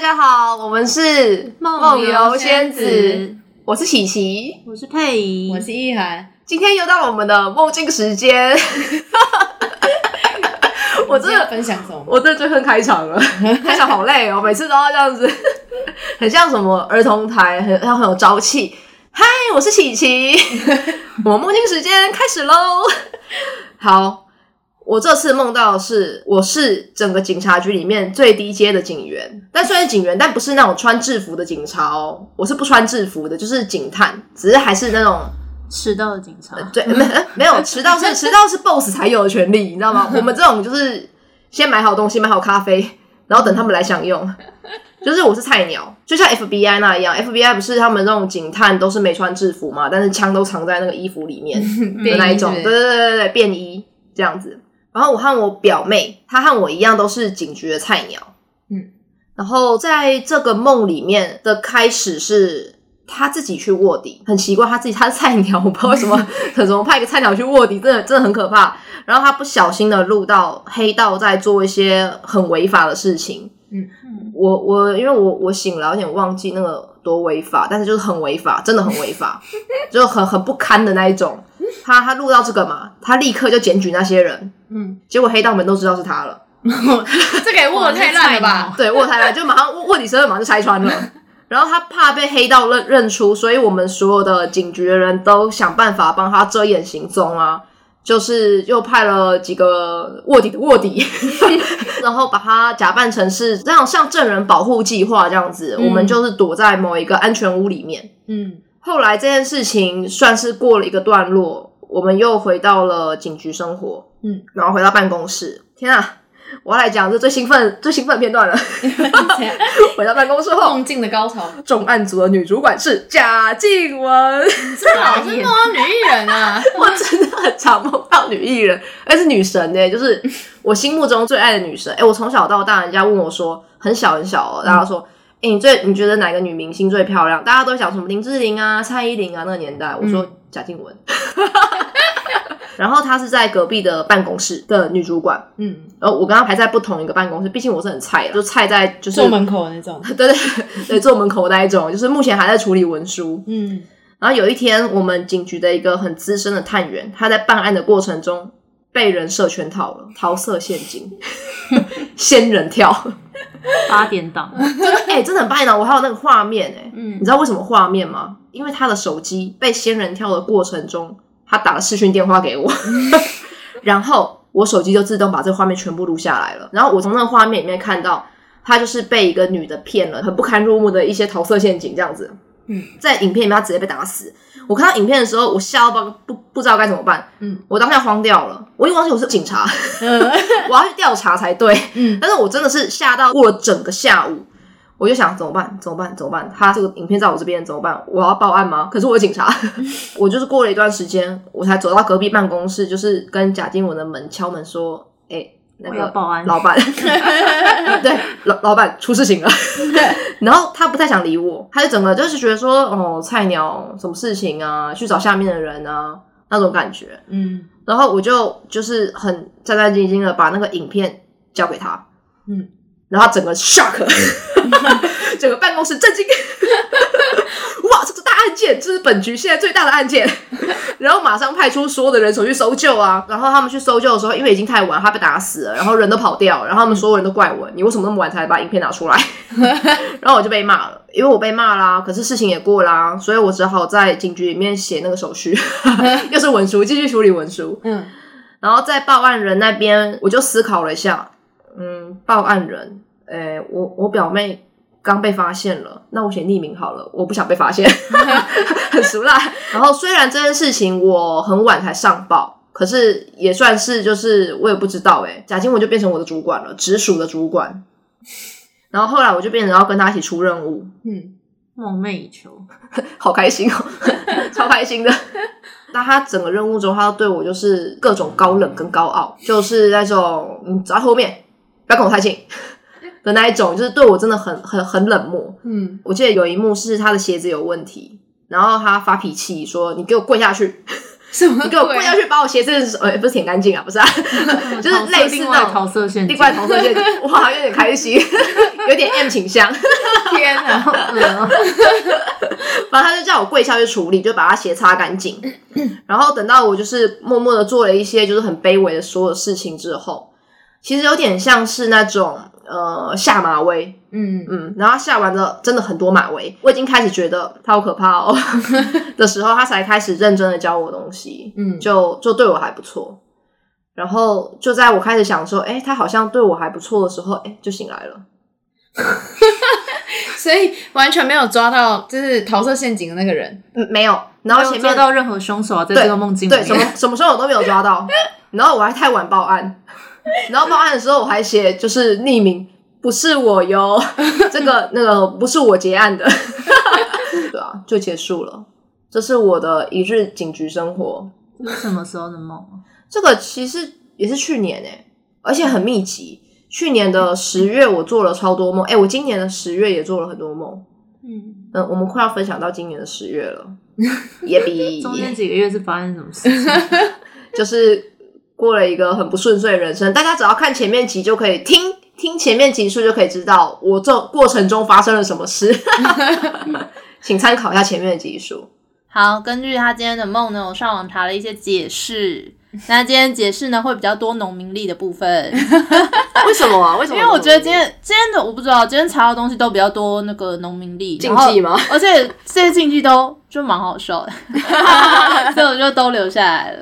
家好，我们是梦游仙子我是琪琪。我是佩仪，我是意涵，今天又到了我们的梦境时间，我真你今天要的，分享什么？我真的最恨开场了，开场好累哦，每次都要这样子，很像什么儿童台，很要很有朝气。嗨，我是琪琪，我们梦境时间开始喽。好，我这次梦到的是我是整个警察局里面最低阶的警员，但虽然是警员，但不是那种穿制服的警察哦，我是不穿制服的，就是警探，只是还是那种迟到的警察，嗯对，没 没有迟到是迟到是 boss 才有的权利，你知道吗？我们这种就是先买好东西，买好咖啡，然后等他们来享用。就是我是菜鸟，就像 FBI 那样，FBI 不是他们那种警探都是没穿制服嘛，但是枪都藏在那个衣服里面的嗯那一种，对便衣是不对是对对对，便衣这样子。然后我和我表妹，她和我一样都是警局的菜鸟，嗯。然后在这个梦里面的开始是她自己去卧底，很奇怪，她自己她是菜鸟，我不知道为什么怎么派一个菜鸟去卧底，真的真的很可怕。然后她不小心的录到黑道在做一些很违法的事情，嗯我我因为我我醒了，有点忘记那个多违法，但是就是很违法，真的很违法，就很很不堪的那一种。他他录到这个嘛，他立刻就检举那些人，嗯，结果黑道们都知道是他了。这个也问的太烂了吧？对，卧台来就马上卧卧底身份马上就拆穿了。然后他怕被黑道认认出，所以我们所有的警局的人都想办法帮他遮掩行踪啊，就是又派了几个卧底的卧底，然后把他假扮成是这样像证人保护计划这样子，我们嗯就是躲在某一个安全屋里面。嗯，后来这件事情算是过了一个段落，我们又回到了警局生活，嗯，然后回到办公室。天啊，我要来讲这最兴奋、 最兴奋的片段了。 回到办公室后，梦境的高潮，重案组的女主管是贾静雯，这老是梦到女艺人啊， 我真的很常梦到女艺人，而且是女神呢、就是我心目中最爱的女神。哎、我从小到大，人家问我说，很小很小、嗯哦，大家说。哎、你最你觉得哪个女明星最漂亮？大家都想什么林志玲啊、蔡依林啊那个年代，我说嗯贾静雯。 然后她是在隔壁的办公室的女主管，嗯，然后我跟她排在不同一个办公室，毕竟我是很菜啦，就菜在就是坐门口的那种， 对对对，坐门口那一种，就是目前还在处理文书。嗯，然后有一天，我们警局的一个很资深的探员，他在办案的过程中被人设圈套了，桃色陷阱， 仙人跳， 八点档，哎、真的很白呢。我还有那个画面哎、嗯你知道为什么画面吗？因为他的手机被仙人跳的过程中，他打了视讯电话给 我，然后我手机就自动把这个画面全部录下来了。然后我从那个画面里面看到，他就是被一个女的骗了，很不堪入目的一些桃色陷阱这样子。嗯，在影片里面他直接被打死。我看到影片的时候，我吓到不知道不不知道该怎么办。嗯，我当下慌掉了，我已经忘记我是警察， 我要去调查才对。嗯，但是我真的是吓到过了整个下午，我就想怎么办？怎么办？怎么办？他这个影片在我这边怎么办？我要报案吗？可是我有警察， 我就是过了一段时间，我才走到隔壁办公室，就是跟贾静雯的门敲门说：“哎、那我要个报案老板， 对，老老板出事情了。” 然后他不太想理我，他就整个就是觉得说：“哦，菜鸟，什么事情啊？去找下面的人啊，那种感觉。”嗯，然后我就就是很战战兢兢的把那个影片交给他，嗯，然后他整个 shock，整个办公室震惊， 哇，这个大案件，这是本局现在最大的案件，然后马上派出所有的人手去搜救啊，然后他们去搜救的时候，因为已经太晚，他被打死了，然后人都跑掉，然后他们所有人都怪我，你为什么那么晚才把影片拿出来？然后我就被骂了，因为我被骂啦，可是事情也过啦，所以我只好在警局里面写那个手续， 又是文书，继续处理文书。嗯，然后在报案人那边，我就思考了一下，嗯，报案人，诶，我我表妹刚被发现了，那我写匿名好了，我不想被发现， 很俗辣。然后虽然这件事情我很晚才上报，可是也算是就是我也不知道诶、贾静雯就变成我的主管了，直属的主管。然后后来我就变成要跟她一起出任务，嗯，梦寐以求，好开心哦， 超开心的。那他整个任务中，他对我就是各种高冷跟高傲，就是那种嗯，走在后面，不要跟我太近的那一种，就是对我真的很很很冷漠。嗯，我记得有一幕是他的鞋子有问题，然后他发脾气说：“你给我跪下去！”什么你给我跪鬼下去，把我鞋子呃不是舔干净啊，不是啊，嗯就是类似另那外种桃色陷阱，另外同色线，哇，有点开心， 有点 M 倾向。天啊哪！嗯反正他就叫我跪下去处理，就把他鞋擦干净。然后等到我就是默默的做了一些就是很卑微的所有事情之后，其实有点像是那种呃下马威，嗯，嗯，然后下完了真的很多马威，我已经开始觉得他好可怕哦 的时候，他才开始认真的教我东西，嗯就就对我还不错。然后就在我开始想说，哎，他好像对我还不错的时候，哎，就醒来了。所以完全没有抓到，就是桃色陷阱的那个人。嗯，没有。然后前没有抓面到任何凶手啊，在对这个梦境里 对，什么面，什么时候我都没有抓到，然后我还太晚报案，然后报案的时候我还写就是匿名，不是我哟， 这个那个不是我结案的， 对啊，就结束了。这是我的一日警局生活，这是什么时候的梦啊？这个其实也是去年诶、而且很密集。去年的十月我做了超多梦，哎诶、我今年的十月也做了很多梦。嗯，嗯，我们快要分享到今年的十月了， 也比中间几个月是发生什么 事情？就是过了一个很不顺遂的人生。大家只要看前面集就可以听听前面集数就可以知道我这过程中发生了什么事， 请参考一下前面的集数。好，根据他今天的梦呢，我上网查了一些解释。 那今天解释呢，会比较多农民力的部分，为什么啊？为什因为我觉得今天今天的我不知道，今天查的东西都比较多那个农民力禁忌？吗？然后而且这些禁忌都就蛮好笑的， 所以我就都留下来了。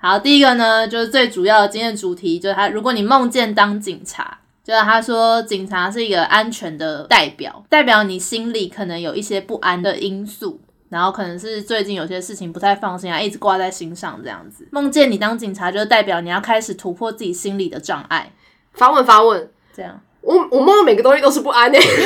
好，第一个呢，就是最主要的今天的主题，就是他如果你梦见当警察，就是他说警察是一个安全的代表，代表你心里可能有一些不安的因素。然后可能是最近有些事情不太放心啊，一直挂在心上这样子。梦见你当警察，就代表你要开始突破自己心里的障碍， 发问发问，这样。我我梦到每个东西都是不安的、这个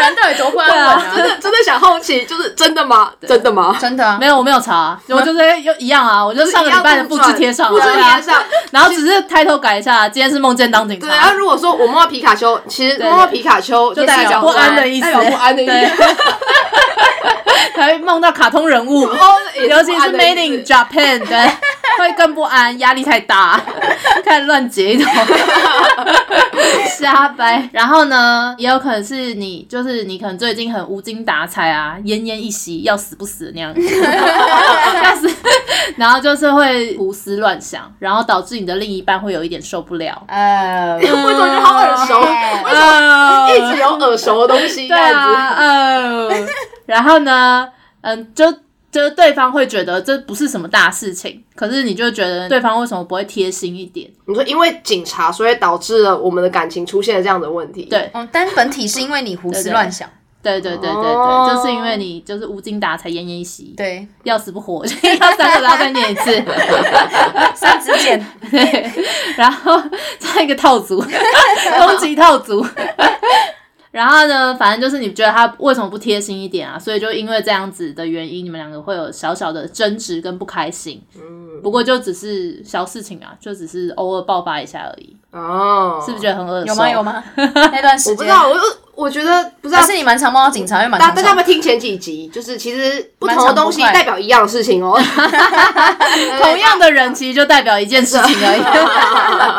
人到底多不安真稳啊？的 真的想好奇，就是真的吗？真的吗？真的啊，没有，我没有查、我就是又一样啊，我就是上个礼拜的复制贴上复了，制对啊贴上。然后只是抬头改一下，今天是梦见当警对，啊然察后，如果说我梦到皮卡丘，其实对梦到皮卡丘就代表不安的意思代表不安的意对 思。，还会梦到卡通人物，哦，也尤不其是安的 Made 意思 in Japan，对，会更不安，压力 太大，开始乱截一通， 瞎掰。然后呢，也有可能是你，就是你可能最近很无精打采啊，奄奄一息，要死不死的 那样，要死，然后就是会胡思乱想，然后导致你的另一半会有一点受不了。呃， 为什么觉得好耳熟？为什么呃一直有耳熟的东西？哦对啊，呃，然后呢，嗯，就就是对方会觉得这不是什么大事情，可是你就觉得对方为什么不会贴心一点？你说因为警察，所以导致了我们的感情出现了这样的问题。对嗯，但本体是因为你胡思乱想，对对对对对，哦就是因为你就是无精打采、奄奄一息，对，要死不活， 要三个都要再念一次。三支箭，对， 然后再一个套组，攻击套组。 然后呢，反正就是你觉得他为什么不贴心一点啊？所以就因为这样子的原因，你们两个会有小小的争执跟不开心。嗯，不过就只是小事情啊，就只是偶尔爆发一下而已，哦，是不是觉得很恶心？有吗？有？吗？那段时我间不知道，我我觉得不知道啊但。是你蛮常梦到警察，又蛮大常大家有没有听前几集？就是其实不同蛮的长不东西快代表一样的事情 哦。同样的人其实就代表一件事情而已。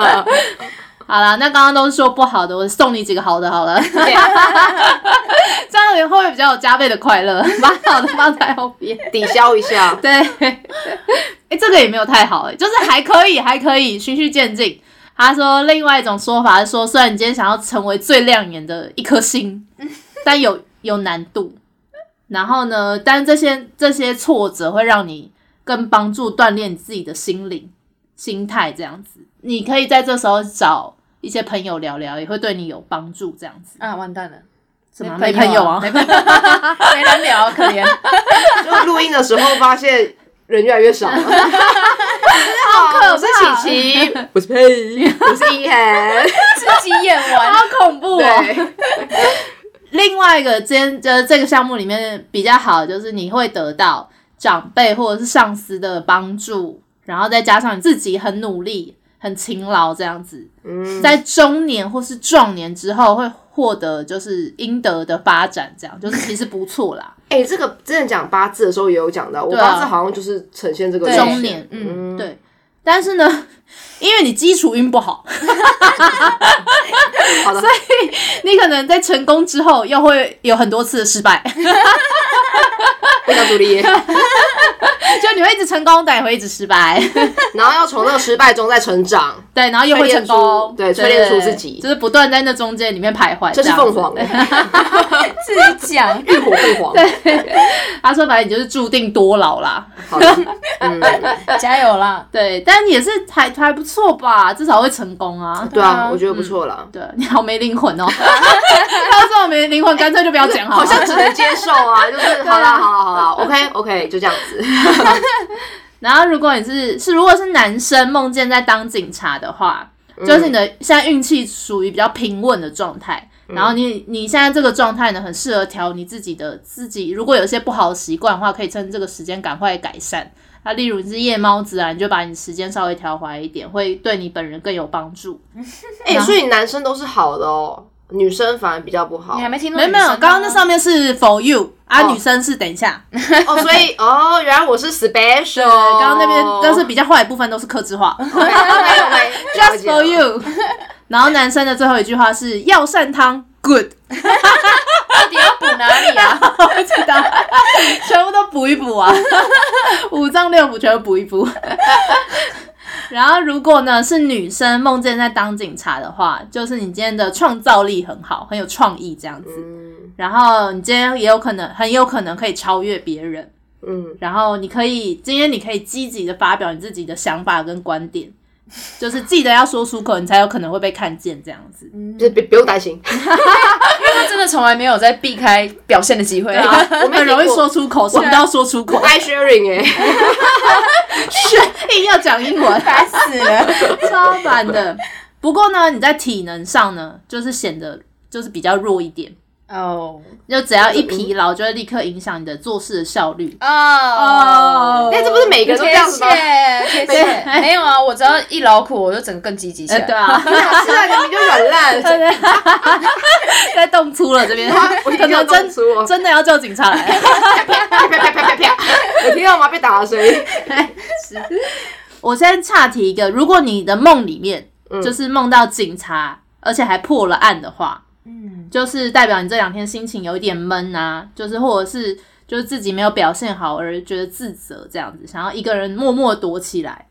好啦，那刚刚都是说不好的，我送你几个好的好了， 这样你会不会比较有加倍的快乐？把好的放在后边。抵消一下， 对，哎、这个也没有太好、哎，就是还可以，还可以，循序渐进。他说，另外一种说法是说，虽然你今天想要成为最亮眼的一颗星，但有有难度。然后呢，但这些这些挫折会让你更帮助锻炼你自己的心灵、心态，这样子，你可以在这时候找一些朋友聊聊，也会对你有帮助。这样子，啊，完蛋了，什么没朋友啊？没朋友， 没人聊，可怜。就录音的时候发现人越来越 少了。哦好怕我是琪琪， 我是佩，我是一涵。自己演完， 好恐怖哦！对，另外一个，今天就是这个项目里面比较好，就是你会得到长辈或者是上司的帮助，然后再加上你自己很努力、很勤劳这样子，嗯，在中年或是壮年之后会获得就是应得的发展，这样就是其实不错啦。哎、这个之前讲八字的时候也有讲到，我对啊八字好像就是呈现这个对中年，嗯，对。但是呢， 因为你基础运不好， 好的，你可能在成功之后又会有很多次的失败， 非常独立，就你会一直成功，但也会一直失败，然后要从那个失败中再成长，对，然后又会成功，对对淬炼出自己就是不断在那中间里面徘徊。这是样子凤凰、欸，自己讲，浴火凤凰。他说反正你就是注定多老啦，好的，嗯，加油啦！对，但也是还还不错吧，至少会成功啊。对啊，我觉得不错啦。对，你好没灵魂哦！ 他说我没灵魂，干脆就不要讲好好了。像只能接受啊，就是好啦，好啦，好啦，OK OK，就这样 子。然后如果你是是如果是男生梦见在当警察的话，就是你的现在运气属于比较平稳的状态。然后你你现在这个状态呢，很适合调你自己的自己。如果有一些不好的习惯的话，可以趁这个时间赶快改善。那、例如你是夜猫子啊，你就把你时间稍微调回来一点，会对你本人更有帮助。哎，所以男生都是好的哦，女生反而比较不好你。还没听到没有女生啊没吗？有，刚刚那上面是 for you 啊，哦女生是等一下，哦，所以哦，原来我是 special，对，刚刚那边但 是比较坏的部分都是克制化 OK OK ，just for you。然后男生的最后一句话是药膳汤 good，到底要补哪里啊？不知 道，全部都补一补 啊，五脏六腑全部补一补。 然后如果呢是女生梦见在当警察的话，就是你今天的创造力很好，很有创意这样子。嗯然后你今天也有可能，很有可能可以超越别人。嗯，然后你可以今天你可以积极的发表你自己的想法跟观点，就是记得要说出口，你才有可能会被看见这样子。就是不不用担 心，他真的从来没有在避开表现的机会啊！啊我没有很容易听过说出口，什么都要说出口不，爱 sharing 哎， 硬要讲英文，烦死了。 超烦的。不过呢，你在体能上呢，就是显得就是比较弱一点，哦就只要一疲劳，就会立刻影响你的做事的效率。哦但这不是每个人都这样子吗？贴切，贴切。没有啊，我只要一劳苦，我就整个更积极起哎、来。对啊，是啊，你们就软烂，在动粗了这 边，我听到可能动真粗哦，真的要叫警察来。啪啪啪啪啪啪，有听到吗？被打的声音， 我先岔题一个，如果你的梦里面、嗯就是梦到警察，而且还破了案的话，嗯，就是代表你这两天心情有一点闷啊，就是或者是就是自己没有表现好而觉得自责这样子，想要一个人默默躲起来。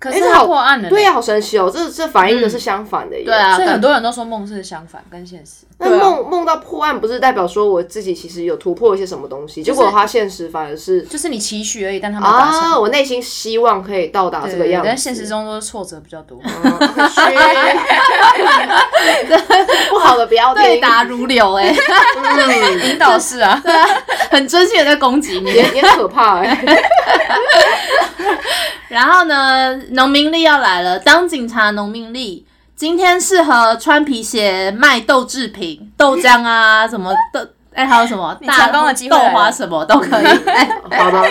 可哎是这他好破案了。对呀，好神奇哦，这这反应的是相反的耶，对啊，所以很感多人都说梦是相反，跟现实。那对啊梦梦到破案，不是代表说我自己其实有突破一些什么东西，结果他现实反而是就是你期许而已，但他没有达啊，成。我内心希望可以到达这个对样子，但现实中都是挫折比较多。嗯不好的不要听，对答如 流、欸，哎，嗯，引导式啊，很真心的在攻击你。也也很可怕哎，然后呢，农民历要来了，当警察农民历。今天适合穿皮鞋卖豆制品、豆浆啊，什么豆，哎、还有什么你大成功的机会豆来了花什么 都可以。好的，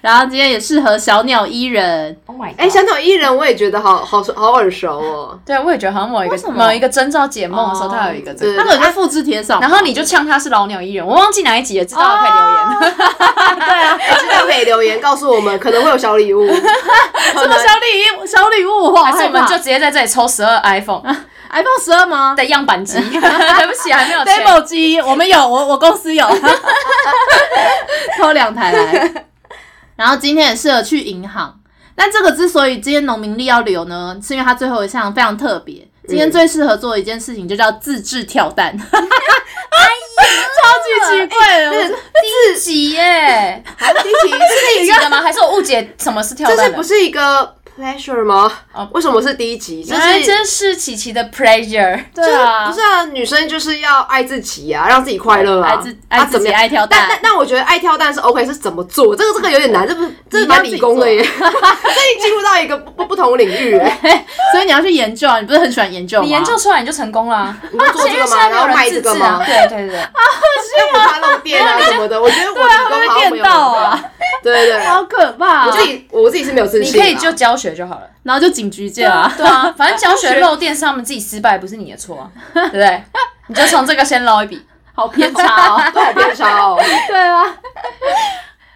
然后今天也适合小鸟依人， Oh my！哎，小鸟依人我也觉得好好好耳熟哦，对，我也觉得好像某一为什个么某一个征兆解梦的时候，哦他有一个这对个，他可能就复制贴上。然后你就呛他是老鸟艺人，我忘记哪一集了，知道了可以留言。知道可以留言告诉我们，可能会有小礼 物，什么小礼哎物？小礼物？哇，还是我们就害直接在这里抽十二 iPhone 怕 iPhone 十二吗的样 板机？对不起，还没有钱。 ？Demo 机我们有，我我公司有， 偷两台来。然后今天也适合去银行。但这个之所以今天农民历要留呢，是因为它最后一项非常特别。今天最适合做的一件事情就叫自制跳蛋，超级奇怪的，我第一集耶，好第一题第一集的吗？还是我误解什么是跳这蛋是的不？是一个 pleasure 吗哦？为什么是第一集？这原是来哎这是琪琪的 pleasure，对哎啊不是，啊，女生就是要爱自己啊，让自己快乐啊，爱自啊爱怎自么己样？爱跳但但蛋，但我觉得爱跳蛋是 OK，是怎么做？这个这个有点难，这不这是你要蛮自己理工的耶， 这已进入到一个 不不不同领域 耶。所以你要去研究啊！你不是很喜欢研究吗？你研究出来你就成功了啊。你们做这因为个现吗？在没然后有卖人这自个制吗啊，？ 对对对，要不怕漏电啊什么的。我觉得我理 工好像没电有到办法。啊，对对对，好可怕、我啊！自己我自己是没有自你信啊。可以就教学就好了。然后就警局见啊，对啊，反正教学漏电是他们自己失败，不是你的错啊，对不对？你就从这个先捞一笔。好偏差 哦。都好变差哦。对啊。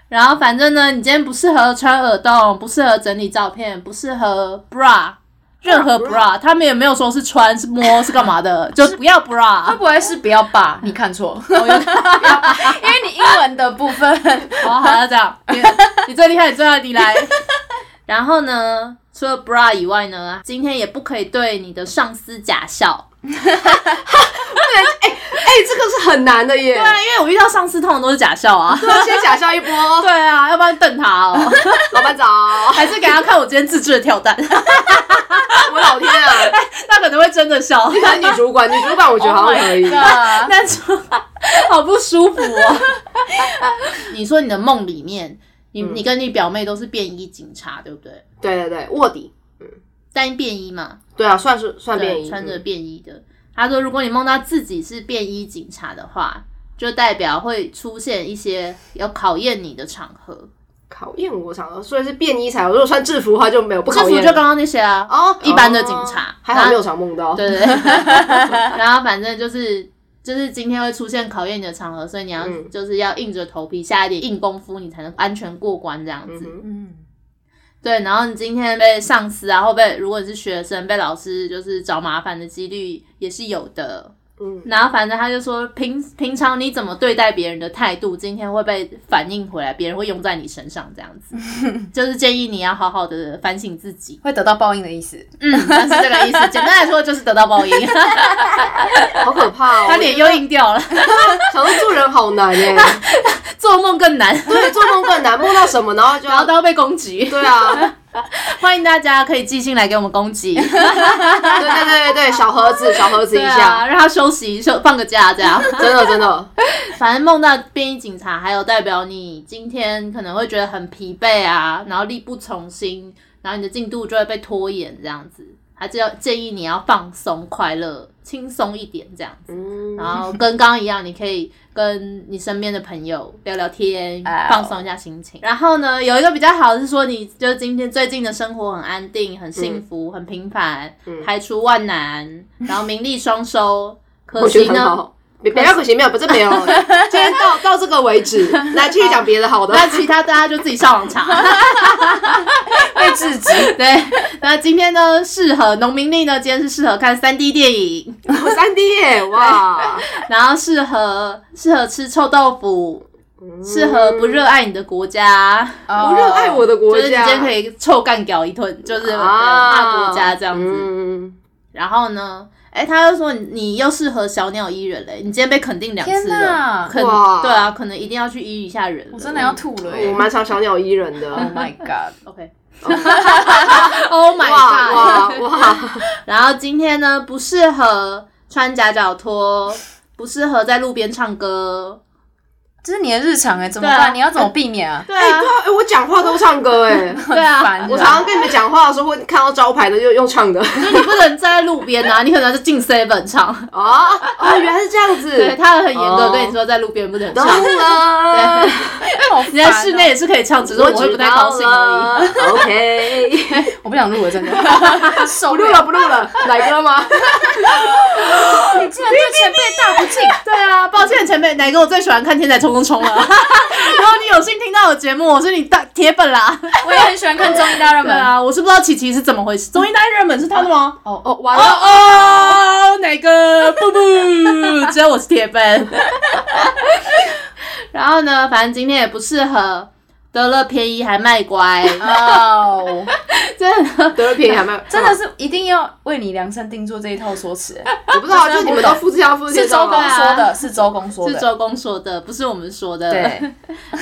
然后反正呢，你今天不适合穿耳洞，不适合整理照片，不适合 bra，任何啊 bra，他们也没有说是穿、是摸、是干嘛 的，就不要 bra 会。不会是不要爸？你看错，哦因 为你英文的部分，好好要这样，你你最厉害，你最好你 来。然后呢，除了 bra 以外呢，今天也不可以对你的上司假笑。哎，这个是很难的耶。对啊，因为我遇到上司通常都是假笑 啊。对啊，先假笑一波，对啊，要不然瞪他哦，老班长，还是给他看我今天自制的跳蛋，我老天啊！他可能会真的 笑。你看女主管，女主管我觉得 Oh 好像可以。Oh God 但是 好不舒服哦。 你说你的梦里面，你、嗯你跟你表妹都是便衣警察，对不对？对对对，卧底。单便衣嘛，对啊，算是算对便宜，穿着嗯便衣的。他说，如果你梦到自己是便衣警察的话，就代表会出现一些要考验你的场合。考验我想说，所以是便衣才有。如果穿制服的话就没有不制考服验就刚刚那些啊，哦，一般的警察哦还好没有那常梦到。对对对。然后反正就是。就是今天会出现考验你的场合，所以你要、嗯就是要硬着头皮下一点硬功夫，你才能安全过关这样嗯子。哼，嗯，对，然后你今天被上司啊，或被如果你是学生被老师就是找麻烦的几率也是有的。嗯，然后反正他就说，平平常你怎么对待别人的态度，今天会被反映回来，别人会用在你身上，这样 子，就是建议你要好好的反省自己。会得到报应的意思。嗯，但 是这个意思，简单来说就是得到 报应。好可怕哦！ 他脸又硬掉了，想说做人好难 耶，做梦更难，对，做梦更难，梦到什么然后就然后要都要被攻击。对啊，欢迎大家可以寄信来给我们攻 击，对对对对对，小盒子小盒子一对下，啊，让他休息休放个假这样。真的真的， 反正梦到便衣警察，还有代表你今天可能会觉得很疲惫啊，然后力不从心，然后你的进度就会被拖延这样子。还是要建议你要放松、快乐、轻松一点这样子。嗯，然后跟刚刚一样，你可以跟你身边的朋友聊聊天哎，呦放松一下心情。哦然后呢，有一个比较好的是说，你就是今天最近的生活很安定、很幸福、很平凡，嗯排除万 难，然后名利双 收。可我觉惜得很呢，好。比比较可惜没有，不是 没有，今天到到这个为止，来继续讲别的好的。那其他大家就自己上网 查。被制 止，对，那今天呢，适合农民历呢，今天是适合看三 D 电 影，三 D 耶，哇，然后适合适合吃臭豆腐，适合不热爱你的国家，哦不热爱我的国就是你今家，天可以臭干屌一顿，就是对啊骂国家这样子。嗯然后呢？哎、他又说你你又适合小鸟依人嘞，你今天被肯定两天次了，哪肯哇对啊，可能一定要去依一下人了。我真的要吐了耶我蛮常小鸟依人的。 ！Oh my god！ OK，Oh、my Oh god！哇哇 哇！然后今天呢，不适合穿夹脚拖，不适合在路边唱歌。这是你的日常哎，怎么对啊办？你要怎么避 免啊？对哎，对啊，哎我讲话都唱歌 哎，对很啊，烦我的常常跟你们讲话的时候会看到招牌的就用唱 的。所以你不能站在路边啊，你可能是进 seven 唱。哦哦，原来是这样子。 对，他很严格哦跟你说，在路边不能懂唱。了，好烦哦你在室内也是可以唱，只是我会不太高兴而已。已。OK， 我不想录了，真的受不不录了，不录了， 奶哥吗？你竟然对前辈大不敬，对啊， 抱歉前辈，奶哥我最喜欢看《天才冲冲冲》了。 如果你有幸听到我节目，我是你大铁粉啦。我也很喜欢看综艺大热对门。啊，我是不知道琪琪是怎么回事，综艺大热门是他的吗？哦哦，完哦了，哦，哪个布布？ 只有我是铁粉。然后呢，反正今天也不适合，得了便宜还卖乖，哦，真的。得了便宜还卖，真的是一定要为你量身定做这一套说辞，啊 我不知道，就你们都复制要复制贴是周上公吗？说的，是周公说是的，周公说的，不是我们说的。对，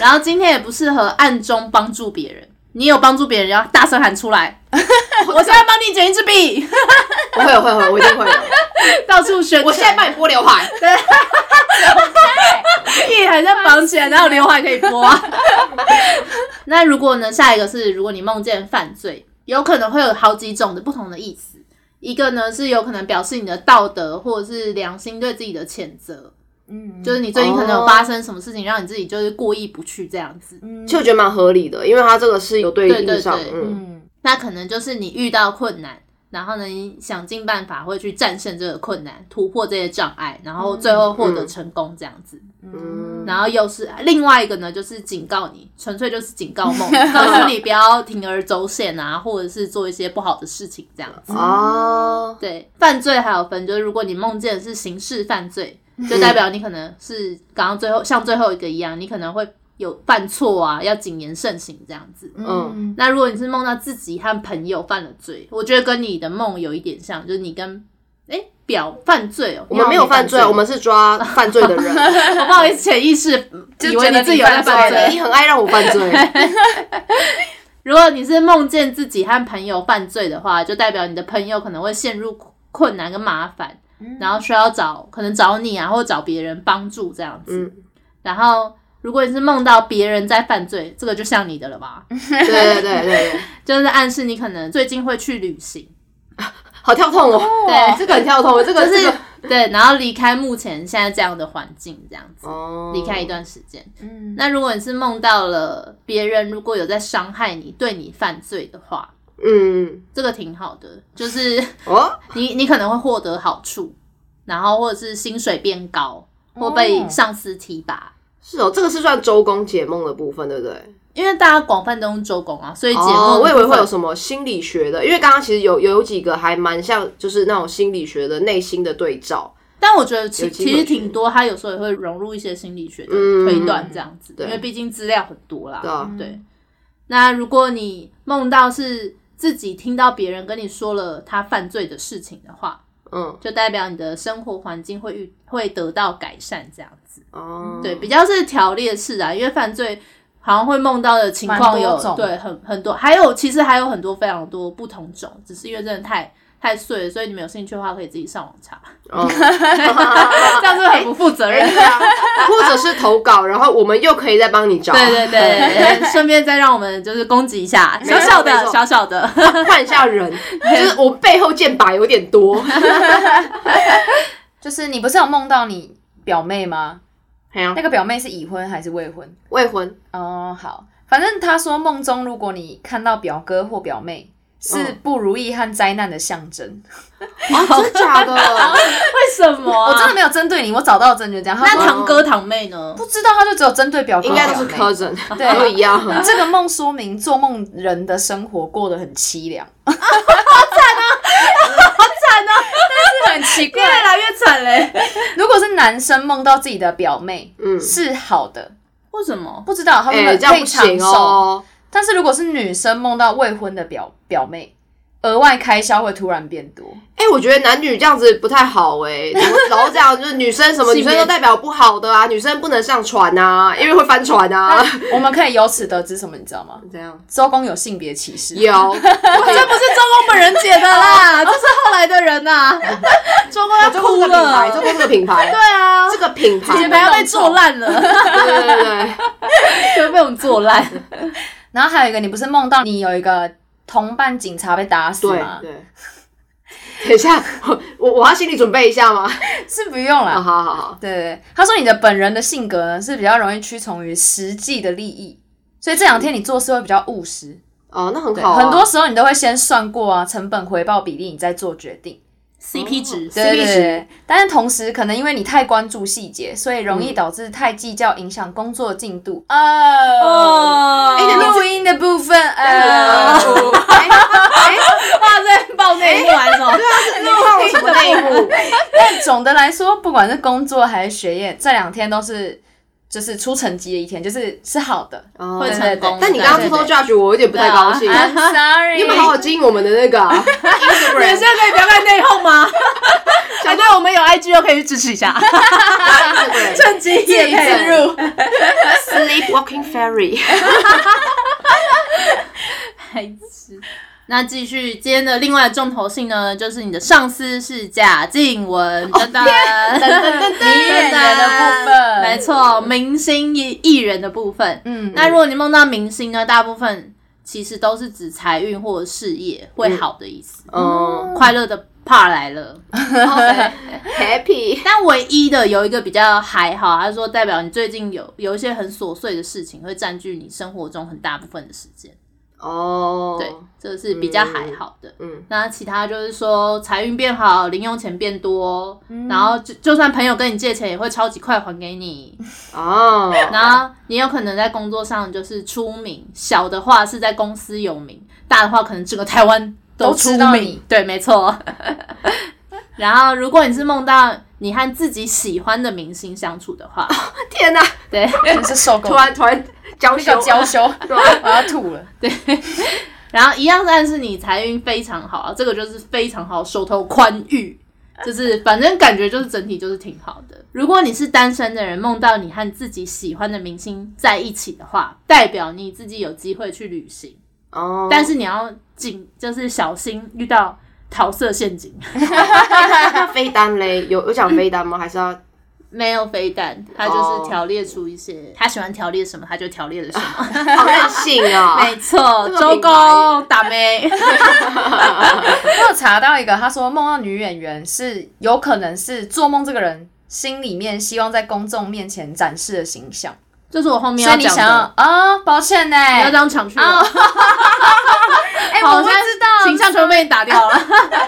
然后今天也不适合暗中帮助别人，你有帮助别人要大声喊出 来，我现在帮你捡一支笔， 我会，我会，我会，我一定会 的。到处宣传。我现在帮你拨刘 海，屁还在绑起来，哪有刘海可以拨啊？ 那如果呢？下一个是，如果你梦见犯罪，有可能会有好几种的不同的意思。一个呢是有可能表示你的道德或者是良心对自己的谴责，嗯，就是你最近可能哦有发生什么事情，让你自己就是过意不去这样子。其实我觉得蛮合理的，因为它这个是有对对对应上，对嗯，嗯，那可能就是你遇到困难，然后呢，你想尽办法会去战胜这个困难，突破这些障碍，然后最后获得成功这样子。嗯，然后又是另外一个呢，就是警告你，纯粹就是警告梦，告诉你不要铤而走险啊，或者是做一些不好的事情这样嗯子。哦，对，犯罪还有分，就是如果你梦见的是刑事犯罪，就代表你可能是刚刚最后像最后一个一样，你可能会有犯错啊，要谨言慎行这样子。嗯那如果你是梦到自己和朋友犯了罪，我觉得跟你的梦有一点像，就是你跟哎表犯罪哦，我们没有犯罪，啊我们是抓犯罪的 人。我不好意思，潜意识就以为觉得自己你有在犯犯罪了罪。你很爱让我犯 罪，如果你是梦见自己和朋友犯罪的话，就代表你的朋友可能会陷入困难跟麻烦，嗯然后需要找可能找你啊，或找别人帮助这样子。嗯然后，如果你是梦到别人在犯罪，这个就像你的了吧，对对对对对，就是暗示你可能最近会去旅行，好跳痛哦，对这个很跳痛，这个就是这个对，然后离开目前现在这样的环境，这样子哦离开一段时间。嗯那如果你是梦到了别人如果有在伤害你、对你犯罪的话，嗯这个挺好的，就是。哦，你你可能会获得好处，然后或者是薪水变高，或哦被上司提拔。是哦，这个是算周公解梦的部分，对不对？因为大家广泛都用周公啊，所以解梦、哦，我以为会有什么心理学的，因为刚刚其实有有几个还蛮像，就是那种心理学的内心的对照。但我觉得其有机会其实挺多，它有时候也会融入一些心理学的嗯推断这样子，对因为毕竟资料很多啦。对啊对那如果你梦到是自己听到别人跟你说了他犯罪的事情的话，嗯，就代表你的生活环境会遇会得到改善这样子。哦，对，比较是条列式啊，因为犯罪好像会梦到的情况蛮有多种对很很多，还有其实还有很多非常多不同种，只是因为真的太太碎了，所以你们有兴趣的话可以自己上网查，哦，啊这样是不是很不负责任。哎 或者是投稿，然后我们又可以再帮你找，对对对，顺便再让我们就是攻击一下，没错小小没的错小小的，换一下 人，就是我背后箭靶有点多。就是你不是有梦到你表妹吗？哎呀那，个表妹是已婚还是未婚？未 婚，哦，好，反正他说梦中如果你看到表哥或表妹，是嗯不如意和灾难的象征。哦，真假 的？为什么啊、我真的没有针对你，我找到的证据这样。他那说堂哥堂妹呢？不知道，他就只有针对表哥应和该表妹，都是 cousin，对都一样。 这个梦说明做梦人的生活过得很凄 凉，哦好惨啊，好惨啊！但是很奇 怪，越来越惨嘞！如果是男生梦到自己的表妹，嗯，是好的， 为什么？不知道他哎，们这样可不以长行寿。哦。但是如果是女生梦到未婚的表表妹，额外开销会突然变 多。哎、我觉得男女这样子不太好哎、 怎么然后这样就是女生什么女性别生都代表不好的啊，女生不能上船啊，因为会翻船啊。 我们可以由此得知什么？你知道吗？怎样？周公有性别歧视。有，这不是周公本人解的啦，这是后来的人呐、周公要中国哭这个品牌，了，中国这个品牌，对啊，这个品 牌，姐对妹要被做烂了，对对对， 就被我们做烂。然后还有一个，你不是梦到你有一个同伴警察被打死对吗？对。等一下，我我我要心理准备一下吗？是不用啊，啦。好好好，对对对，他说你的本人的性格呢是比较容易屈从于实际的利益，所以这两天你做事会比较务实。哦，那很对，好啊、很多时候你都会先算过啊成本回报比例，你再做决定。 CP 值，对对 CP 对值对，但是同时可能因为你太关注细节，所以容易导致太计较，影响工作进度。哦，哦，哎录音的部分，呃，哦。哎哎，哇塞，爆内幕还是什么？你看我什么内幕？但总的来说，不管是工作还是学业，这两天都是就是出成绩的一天，就是是好的。哦会对成功但你刚刚偷偷 judge 我，我有点不太高兴。 I'm sorry，啊你有没有好好经营我们的那个啊 Instagram？在可以不要看内讧 吗？想对我们有 IG 就可以去支持一下， Instagram 趁机夜自配入。 Sleepwalking Fairy。孩子。哎那继续今天的另外重头性呢，就是你的上司是贾静雯，等等女演员的部分，没，错，明星艺艺人的部分。嗯，那如果你梦到明星呢，大部分其实都是指财运或者事业会好的意思，嗯快乐的 part 来了。 ，Happy。但唯一的有一个比较还好，他说代表你最近有有一些很琐碎的事情会占据你生活中很大部分的时间，哦，对，这这是比较还好的。嗯那其他就是说财运变好，零用钱变多，然后就就算朋友跟你借钱，也会超级快还给你。哦，然后你有可能在工作上就是出名，小的话是在公司有名，大的话可能整个台湾都出知道名你。对，没错。 然后如果你是梦到你和自己喜欢的明星相处 的话，天哪！对，真是受够突了，然突然娇那个羞，娇羞，我要吐了。然后一样，但是你财运非常好，这个就是非常好，手头宽裕，就是反正感觉就是整体就是挺好的。如果你是单身的人，梦到你和自己喜欢的明星在一起的话，代表你自己有机会去旅行，哦，但是你要谨，就是小心遇到桃色陷阱。那飞单嘞，有有讲飞单吗？还是要没有飞弹，他就是条列出一些、 他喜欢条列什么，他就条列了什 么。好任性啊？没错，么周明白公打妹。我有查到一个，他说梦到女演员是有可能是做梦这个人心里面希望在公众面前展示的形象， 就是我后面所以要你讲想要的，哦啊、抱歉呢、你要当场去了。哎、好我不像知道， 形象全部被你打掉 了。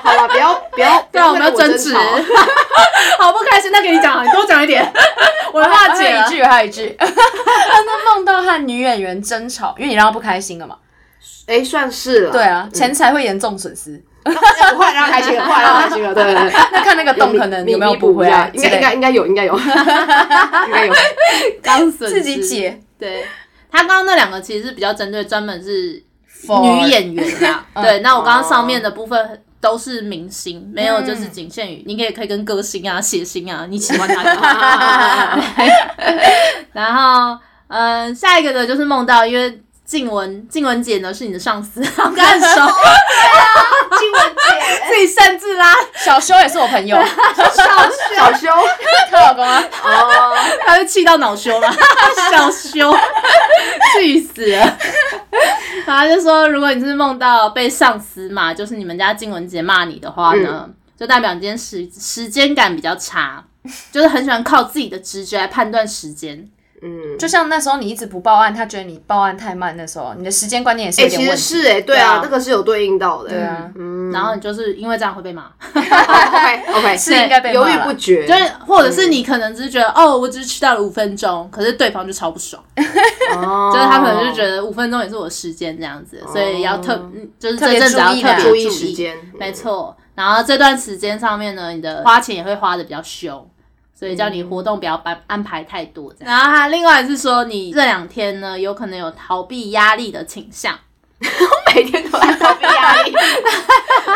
好了，不要不要，对啊，我不们要为要了争我执，吵 好不开心。那给你讲啊，你多讲一点，我的化解还有一了。句，还有一句， 那梦到和女演员争吵，因为你让她不开心了嘛。哎，算是了。对啊，钱财会严重损失。很快让他开心了，很快让他开心了，对对对。那看那个洞可能有没有补回来应之该应类该的，应该有，应该有，应该有。刚损自己。解。对他刚刚那两个其实是比较针对专门是 For- 女演员啦。对，那我刚刚上面哦的部分。都是明星，没有就是仅限于，你可以可以跟歌星啊、谐星啊，你喜欢他 就好。对 然后，嗯，下一个呢就是梦到，因为静雯，静雯姐呢是你的上司，我跟很熟，静雯姐，自己擅自啦，小修也是我朋友， 小小修她老公啊，哦， 他就气到恼羞了， 小羞，气死了。然后他就说，如果你是梦到被上司骂，就是你们家静雯姐骂你的话呢，嗯就代表你今天时时间感比较差，就是很喜欢靠自己的直觉来判断时间。嗯，就像那时候你一直不报案，他觉得你报案太慢，那时候你的时间观念也是哎，有点其问实题。是哎，对啊，那个是有对应到的，对啊， 嗯，然后你就是因为这样会被骂， OK OK，是应该被骂嗯犹啦豫不决，就是或者是你可能只是觉得、哦，我只是迟到了五分钟，可是对方就超不爽，哦就是他可能就觉得五分钟也是我时间这样子，所以要特、嗯就是哦特这别阵子要注意啦特别注意时间，没错。然后这段时间上面呢，你的花钱也会花的比较凶，所以叫你活动不要安安排太多这样。嗯然后他另外是说，你这两天呢，有可能有逃避压力的倾向。嗯，每天都在逃避压力，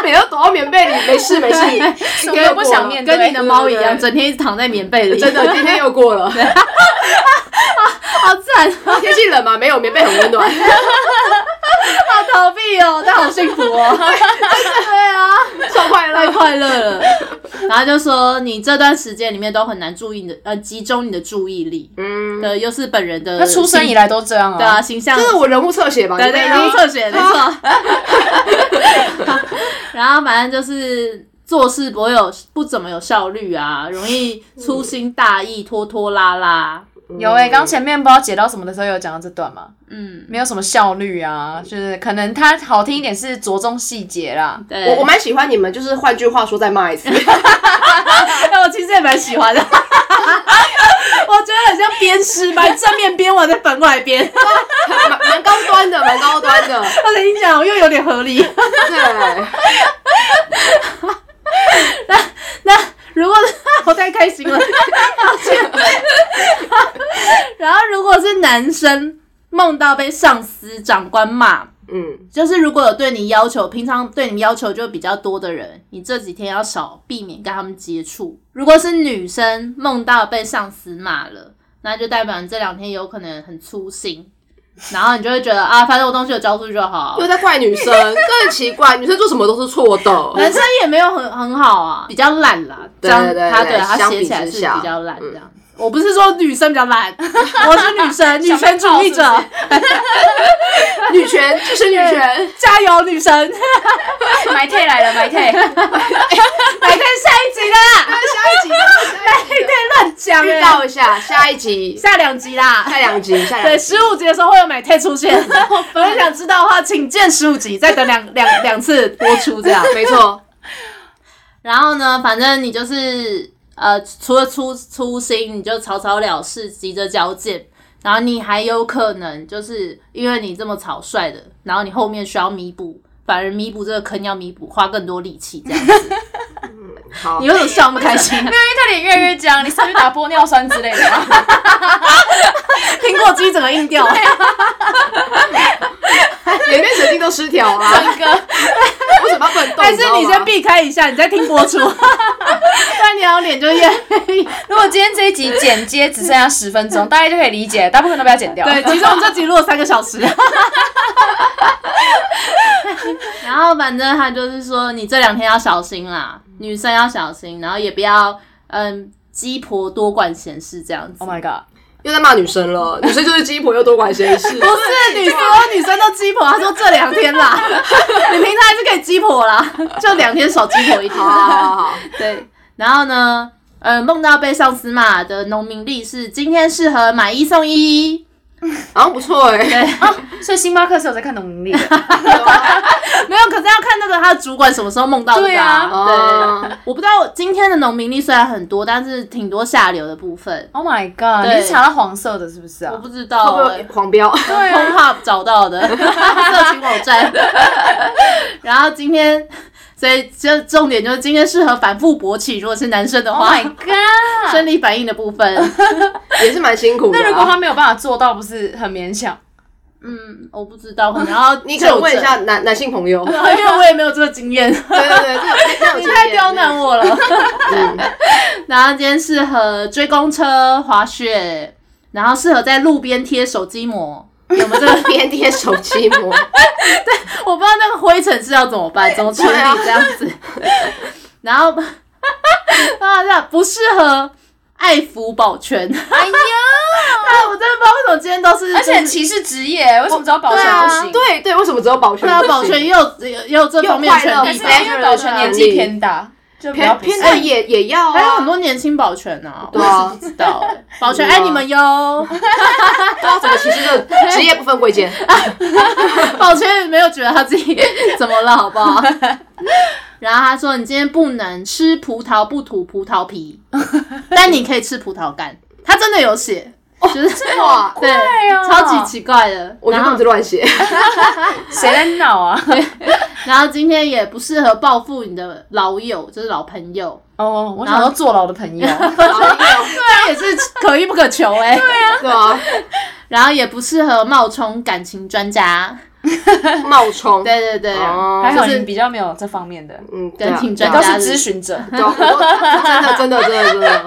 每天都躲到棉被里，没事没事，什么都不想面对，嗯哎跟你的猫 一对对样，对整天一直躺在棉被 里，真 的今天又过了，好惨，天气冷嘛， 没有棉被很温暖，好逃避哦，但好幸 福哦，超啊快太乐，快乐了。 然后就说你这段时间里面都很难注意你的呃集中你的注意力，嗯，对，又是本人的他出生形以来都这样对啊，形象 这是我人物侧写吧？对你对，们容易侧 写，没错。然后反正就是做事不会有不怎么有效率啊，容易粗心大意、拖拖拉拉。有哎、刚前面不知道解到什么的时候有讲到这段嘛，嗯，没有什么效率啊，就是可能他好听一点是着重细节 啦，对，我我蛮喜欢你们，就是换句话说再骂一 次，但我其实也蛮喜 欢的。我觉得很像鞭尸，把正面鞭我在反过来鞭，蛮蛮高端的，蛮高端的，我跟你讲，我又有点合理。对。如果我太开心了，抱歉。 然后如果是男生梦到被上司、长官骂，嗯，就是如果有对你要求，平常对你要求就比较多的人，你这几天要少避免跟他们接触。如果是女生梦到被上司骂了，那就代表你这两天有可能很粗心，然后你就会觉得啊，反正我东西有交出去就好 又。在怪女生，更奇怪，女生做什么都是错的。男生也没有很很好啊，比较烂啦。对这样对对他对对他相写比起来之是下比较烂嗯这样。我不是说女生比较 懒，我是女生，女权主义者，小女权就是女权，加油， 女神！埋退来了，埋退。哪天下一集啦？ 下一集， 下一集乱讲预欸，告一下，下一集，下两集啦。下两集，下对，两集。十五集的时候会有美退出 现。如果想知道的话，请见十五集，再等两两两次播出这样。没错， 然后呢，反正你就是呃，除了粗粗心，你就草草了事，急着交件。然后你还有可能就是因为你这么草率的，然后你后面需要弥补，反而弥补这个坑要弥补，花更多力气这样子。嗯好 你，为什么笑那么开心、啊？因为他脸越来越僵，你是不是打玻尿酸之类的 吗？苹果肌整个硬 掉。 脸面神经都失调啦。 为什么要笨动？还是你先闭。避开一下，你再听播出，不然你好像脸就越如果今天这一集剪接只剩下十分 钟，大家就可以理解，大部分都不要剪掉。对，其实我们这集录了三个小时。 然后反正他就是说，你这两天要小心啦，嗯女生要小心，然后也不要嗯鸡婆多管闲事这样子。 Oh my god！又在骂女生了，女生就是鸡婆又多管闲事。 不是女所有女生都鸡婆，他说这两天啦， 你平常还是可以鸡婆啦，就两天少鸡婆一天好啊好好好，对，然后呢，呃，梦到被上司骂的农民历是今天适合买一送一，好像不错哎。对，所以星巴克是有在看农民历 的，没有，可是要看那个他的主管什么时候梦到的、对啊 对，哦我不知道今天的农民历虽然很多，但是挺多下流的部分， Oh my god！对你是查到黄色的，是不是我啊？不知会道、不欸会。狂飙？对 p o p 找到 的色情网 站，然后今天，所以这重点就是今天适合反复勃起，如果是男生的 Oh 话 my god！生理反应的部分，也是蛮辛苦的啊。那如果他没有办法做到，不是很勉强？嗯，我不知道，可能 要你可以问一就诊，下男男性朋友。对因为我也没有这个经验。对对， 这有这有经验嗯你太刁难我了。然后今天适合追公车、滑雪，然后适合在路边贴手机膜。有没有这个？边贴手机膜， 我不知道那个灰尘是要怎么办，怎么处理这样子。啊然后 啊，那不适合爱抚保全。哎呀，啊，我真的不知道为什么今天都是，而且就很是歧视职业，为什么只要保全不行？对对，为什么只有保全对不啊，行？保全也有也有这方面的又权快乐没。利吧因为啊保全年纪偏大，就比较偏不适哎偏对合也也要啊，还有很多年轻保全呢、对我啊是不知道、欸。保全爱你们哟。对啊，怎么歧视这个职业不分贵贱？ 宝泉也没有觉得他自己怎么了，好不好？然后他说：“你今天不能吃葡萄不吐葡萄皮，但你可以吃葡萄干。”他真的有写，就是哇，对，哦 超级奇怪的。我觉然得他们后是，乱写， 谁在闹 啊？然后今天也不适合报复你的老友，就是老朋友，哦，我想要坐牢的朋 友，这也是可遇不可求哎、 对啊，然后也不适合冒充感情专家，冒充，对对对，哦还好你比较没有这方面的，嗯，对啊跟挺对专啊都家是咨询 者。对啊我真的真的真的真的，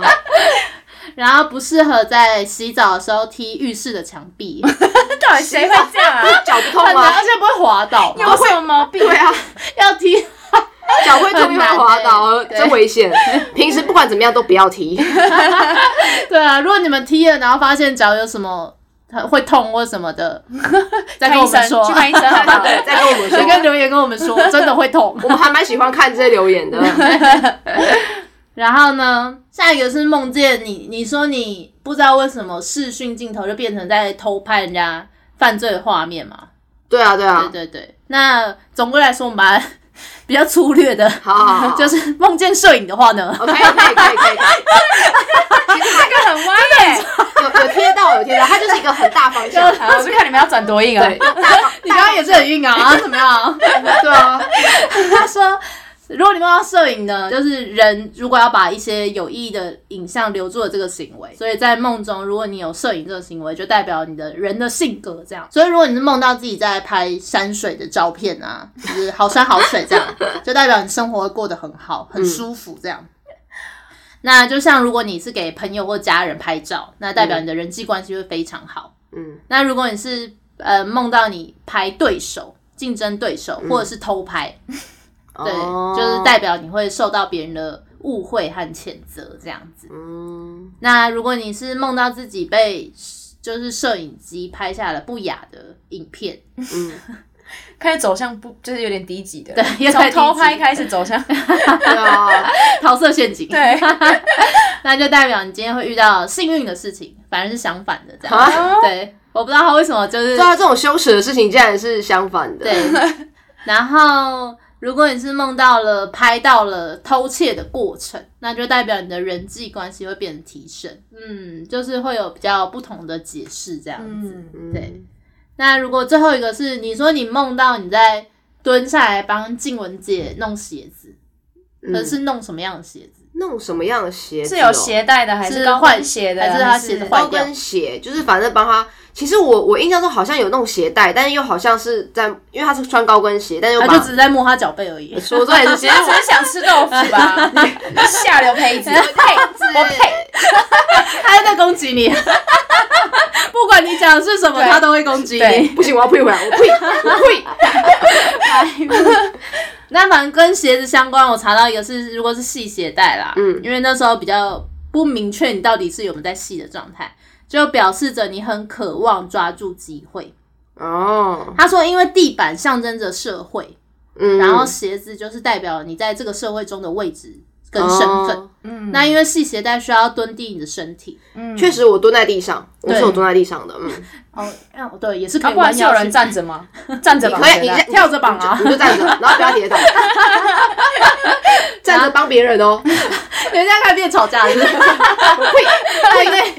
然后不适合在洗澡的时候踢浴室的墙壁。到底谁会这样啊？脚不痛很难，吗 而？且不会滑倒嘛， 有什么毛 病？对啊，要踢。脚会痛又会滑 倒，很难欸真危险。平时不管怎么样都不要 提，对啊，如果你们踢了，然后发现脚有什么会痛或什么的，再看跟我医们生，说去。看医生，好不 好对，再跟我们再跟说。留言跟我们 说，真的会痛我。们还蛮喜欢看这些留言的，然后呢，下一个是梦见你，你说你不知道为什么视讯镜头就变成在偷拍人家犯罪的画面嘛？对啊，对对啊，对对。那总归来说，我们把它 比较粗略的，好好好， 就是梦见摄影的 话呢，哦，可以可以可以可以，可这个很歪 耶。以有有贴到有贴到，它就是一个很大方 向，好，我就看你们要转多硬啊对，！大方你刚刚也是很硬 啊，啊怎么样？对啊，他说，如果你梦到摄影呢，就是人如果要把一些有意义的影像留住的这个行为，所以在梦中，如果你有摄影这个行为，就代表你的人的性格这样。所以如果你是梦到自己在拍山水的照片啊，就是好山好水这样，就代表你生活过得很好，很舒服这样。那就像如果你是给朋友或家人拍照，那代表你的人际关系会非常好。嗯，那如果你是呃梦到你拍对手、竞争对手，或者是偷拍，对，哦就是代表你会受到别人的误会和谴责这样子。嗯，那如果你是梦到自己被就是摄影机拍下了不雅的影片，开始走向不就是有点低级的，对从偷有点低拍级开始走 向对啊，桃色陷阱，对，那就代表你今天会遇到幸运的事情，反而是相反的这样。 啊对，我不知道他为什么就是对啊，这种羞耻的事情竟然是相反的，，对，然后如果你是梦到了拍到了偷窃的过程，那就代表你的人际关系会变得提升。嗯，就是会有比较不同的解释这样子。嗯，对，那如果最后一个是你说你梦到你在蹲下来帮静雯姐弄鞋子，嗯嗯可是弄什么样的鞋子？弄什么样的鞋子是哦？有鞋带的还是高换跟鞋的，还是他鞋子换高跟鞋，就是反正帮他。其实我我印象中好像有那种鞋带，但是又好像是在，因为他是穿高跟鞋，但又他把啊就只是在摸她脚背 而已。说对是 其实只是想吃豆腐 吧，下流胚 子，呸，我 呸，他在攻击你， 不管你讲的是什么，对他都会攻击你对。不行，我要退回来，我呸，我呸。 那反正跟鞋子相关，我查到一个是，如果是系鞋带啦，嗯因为那时候比较不明确你到底是有没有在系的状态，就表示着你很渴望抓住机会。 哦，他说，因为地板象征着社会，嗯，然后鞋子就是代表你在这个社会中的位置跟身份。哦嗯，那因为系鞋带需要蹲地你的身体，嗯确，实我蹲在地上，我对是有蹲在地上的，嗯， 哦，那对，也是可啊，以不然弯是有腰人去站着吗？站着吧，可以，你我觉得先跳着绑啊你就你就站着，然后不要跌 倒，站着帮别人哦，人家开始变吵架了，是不是 对对。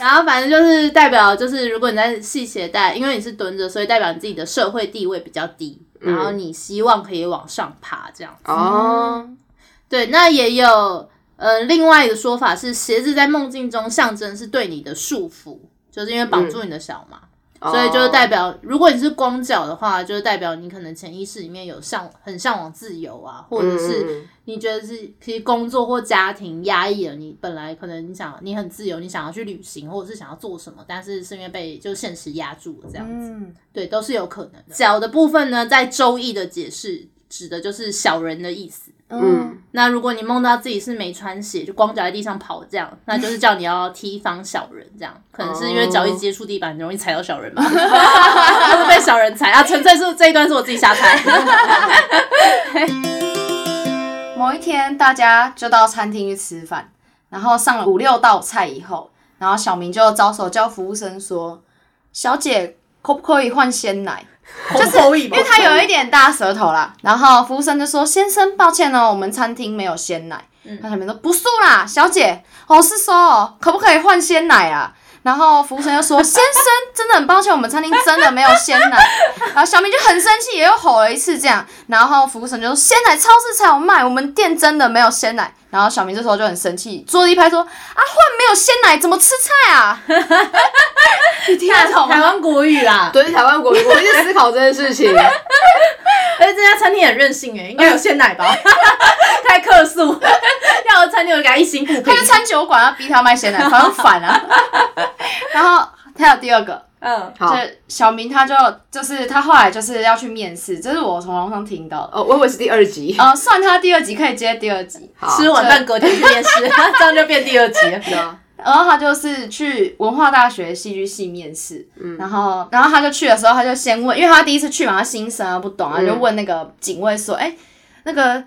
然后反正就是代表，就是如果你在系鞋带，因为你是蹲着，所以代表你自己的社会地位比较低，嗯然后你希望可以往上爬这样。哦，对，那也有呃另外一个说法是，鞋子在梦境中象征是对你的束缚，就是因为绑住你的脚嘛。嗯嗯所以就是代哦表，如果你是光脚的话，就是代表你可能潜意识里面有向很向往自由啊，或者是嗯你觉得是其实工作或家庭压抑了你，本来可能你想你很自由，你想要去旅行或者是想要做什么，但是是因为被就现实压住了这样子，嗯，对，都是有可能的。小的部分呢，在《周易》的解释指的就是小人的意思。嗯，那如果你梦到自己是没穿鞋，就光脚在地上跑这样，那就是叫你要踢方小人这样。可能是因为脚一接触地板，很容易踩到小 人吧，或是被小人踩啊。纯粹是这一段是我自己瞎 猜。某一天，大家就到餐厅去吃饭，然后上了五六道菜以后，然后小明就招手叫服务生说：“小姐，可不可以换鲜奶？”嗯就是因为他有一点大舌头啦。然后服务生就说：“先生，抱歉哦，我们餐厅没有鲜奶。”他小明说：“不是啦，小姐，我、是说哦，可不可以换鲜奶啊？”然后服务生就说：“先生，真的很抱歉，我们餐厅真的没有鲜奶。” 然后小明就很生气，也又吼了一次这样。然后服务生就说：“鲜奶超市才有卖，我们店真的没有鲜奶。”然后小明这时候就很生气，桌子一拍说：“啊，换没有鲜奶怎么吃菜啊？”你听得懂啊 台吗？湾国语啊啦，对，是台湾国民，我一直思考这件事情，而且这家餐厅很任性哎，应该有鲜奶吧？ 太客诉， 要的餐厅我给他一星不他评去。餐酒馆，要逼他卖鲜奶，反正反啊。 然后还有第二个，嗯，好就，是小明他就就是他后来就是要去面试，这是我从网上听到的。哦，我以为是第二集，呃，算他第二集可以接第二集，好吃完饭隔天去 面试，这样就变第二集了。 对啊然后他就是去文化大学戏剧系面试，然后然后他就去的时候，他就先问，因为他第一次去嘛，他新生啊不懂啊，就问那个警卫说：“哎、那个，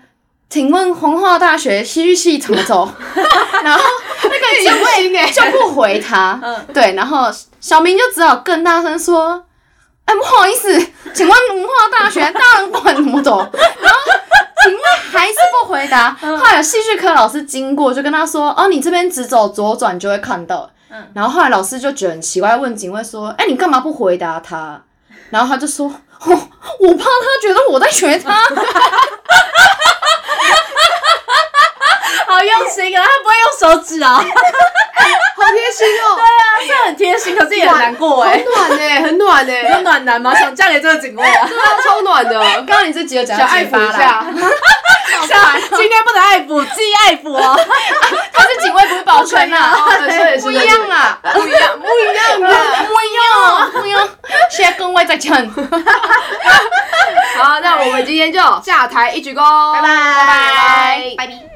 请问文化大学戏剧系怎么走？”然后那个警欸卫就不回他，嗯对，然后小明就只好更大声说。哎，不好意思，请问文化大学大人馆怎么走？然后警卫还是不回答。嗯后来有戏剧科老师经过，就跟他说：“哦，你这边只走左转就会看到。”嗯，然后后来老师就觉得很奇怪，问警卫说：“哎，你干嘛不回答他？”然后他就说：“我、哦、我怕他觉得我在学他。 好用心啊，他不会用手指啊，好贴心 哦，这很贴心，可是也很难过哎很。暖呢，很暖呢，欸 你说暖男吗？想嫁给这个警卫啊？对啊，超暖的，”刚刚你这集有讲 小到爱结抚巴一啦，下，今天不能爱抚，记爱抚哦。他是警卫不是保全啊，对，不一样啦，不一样，不一样不的。一样，不一样，现在更外在讲。好，那我们今天就下台一鞠躬，拜拜拜。拜拜。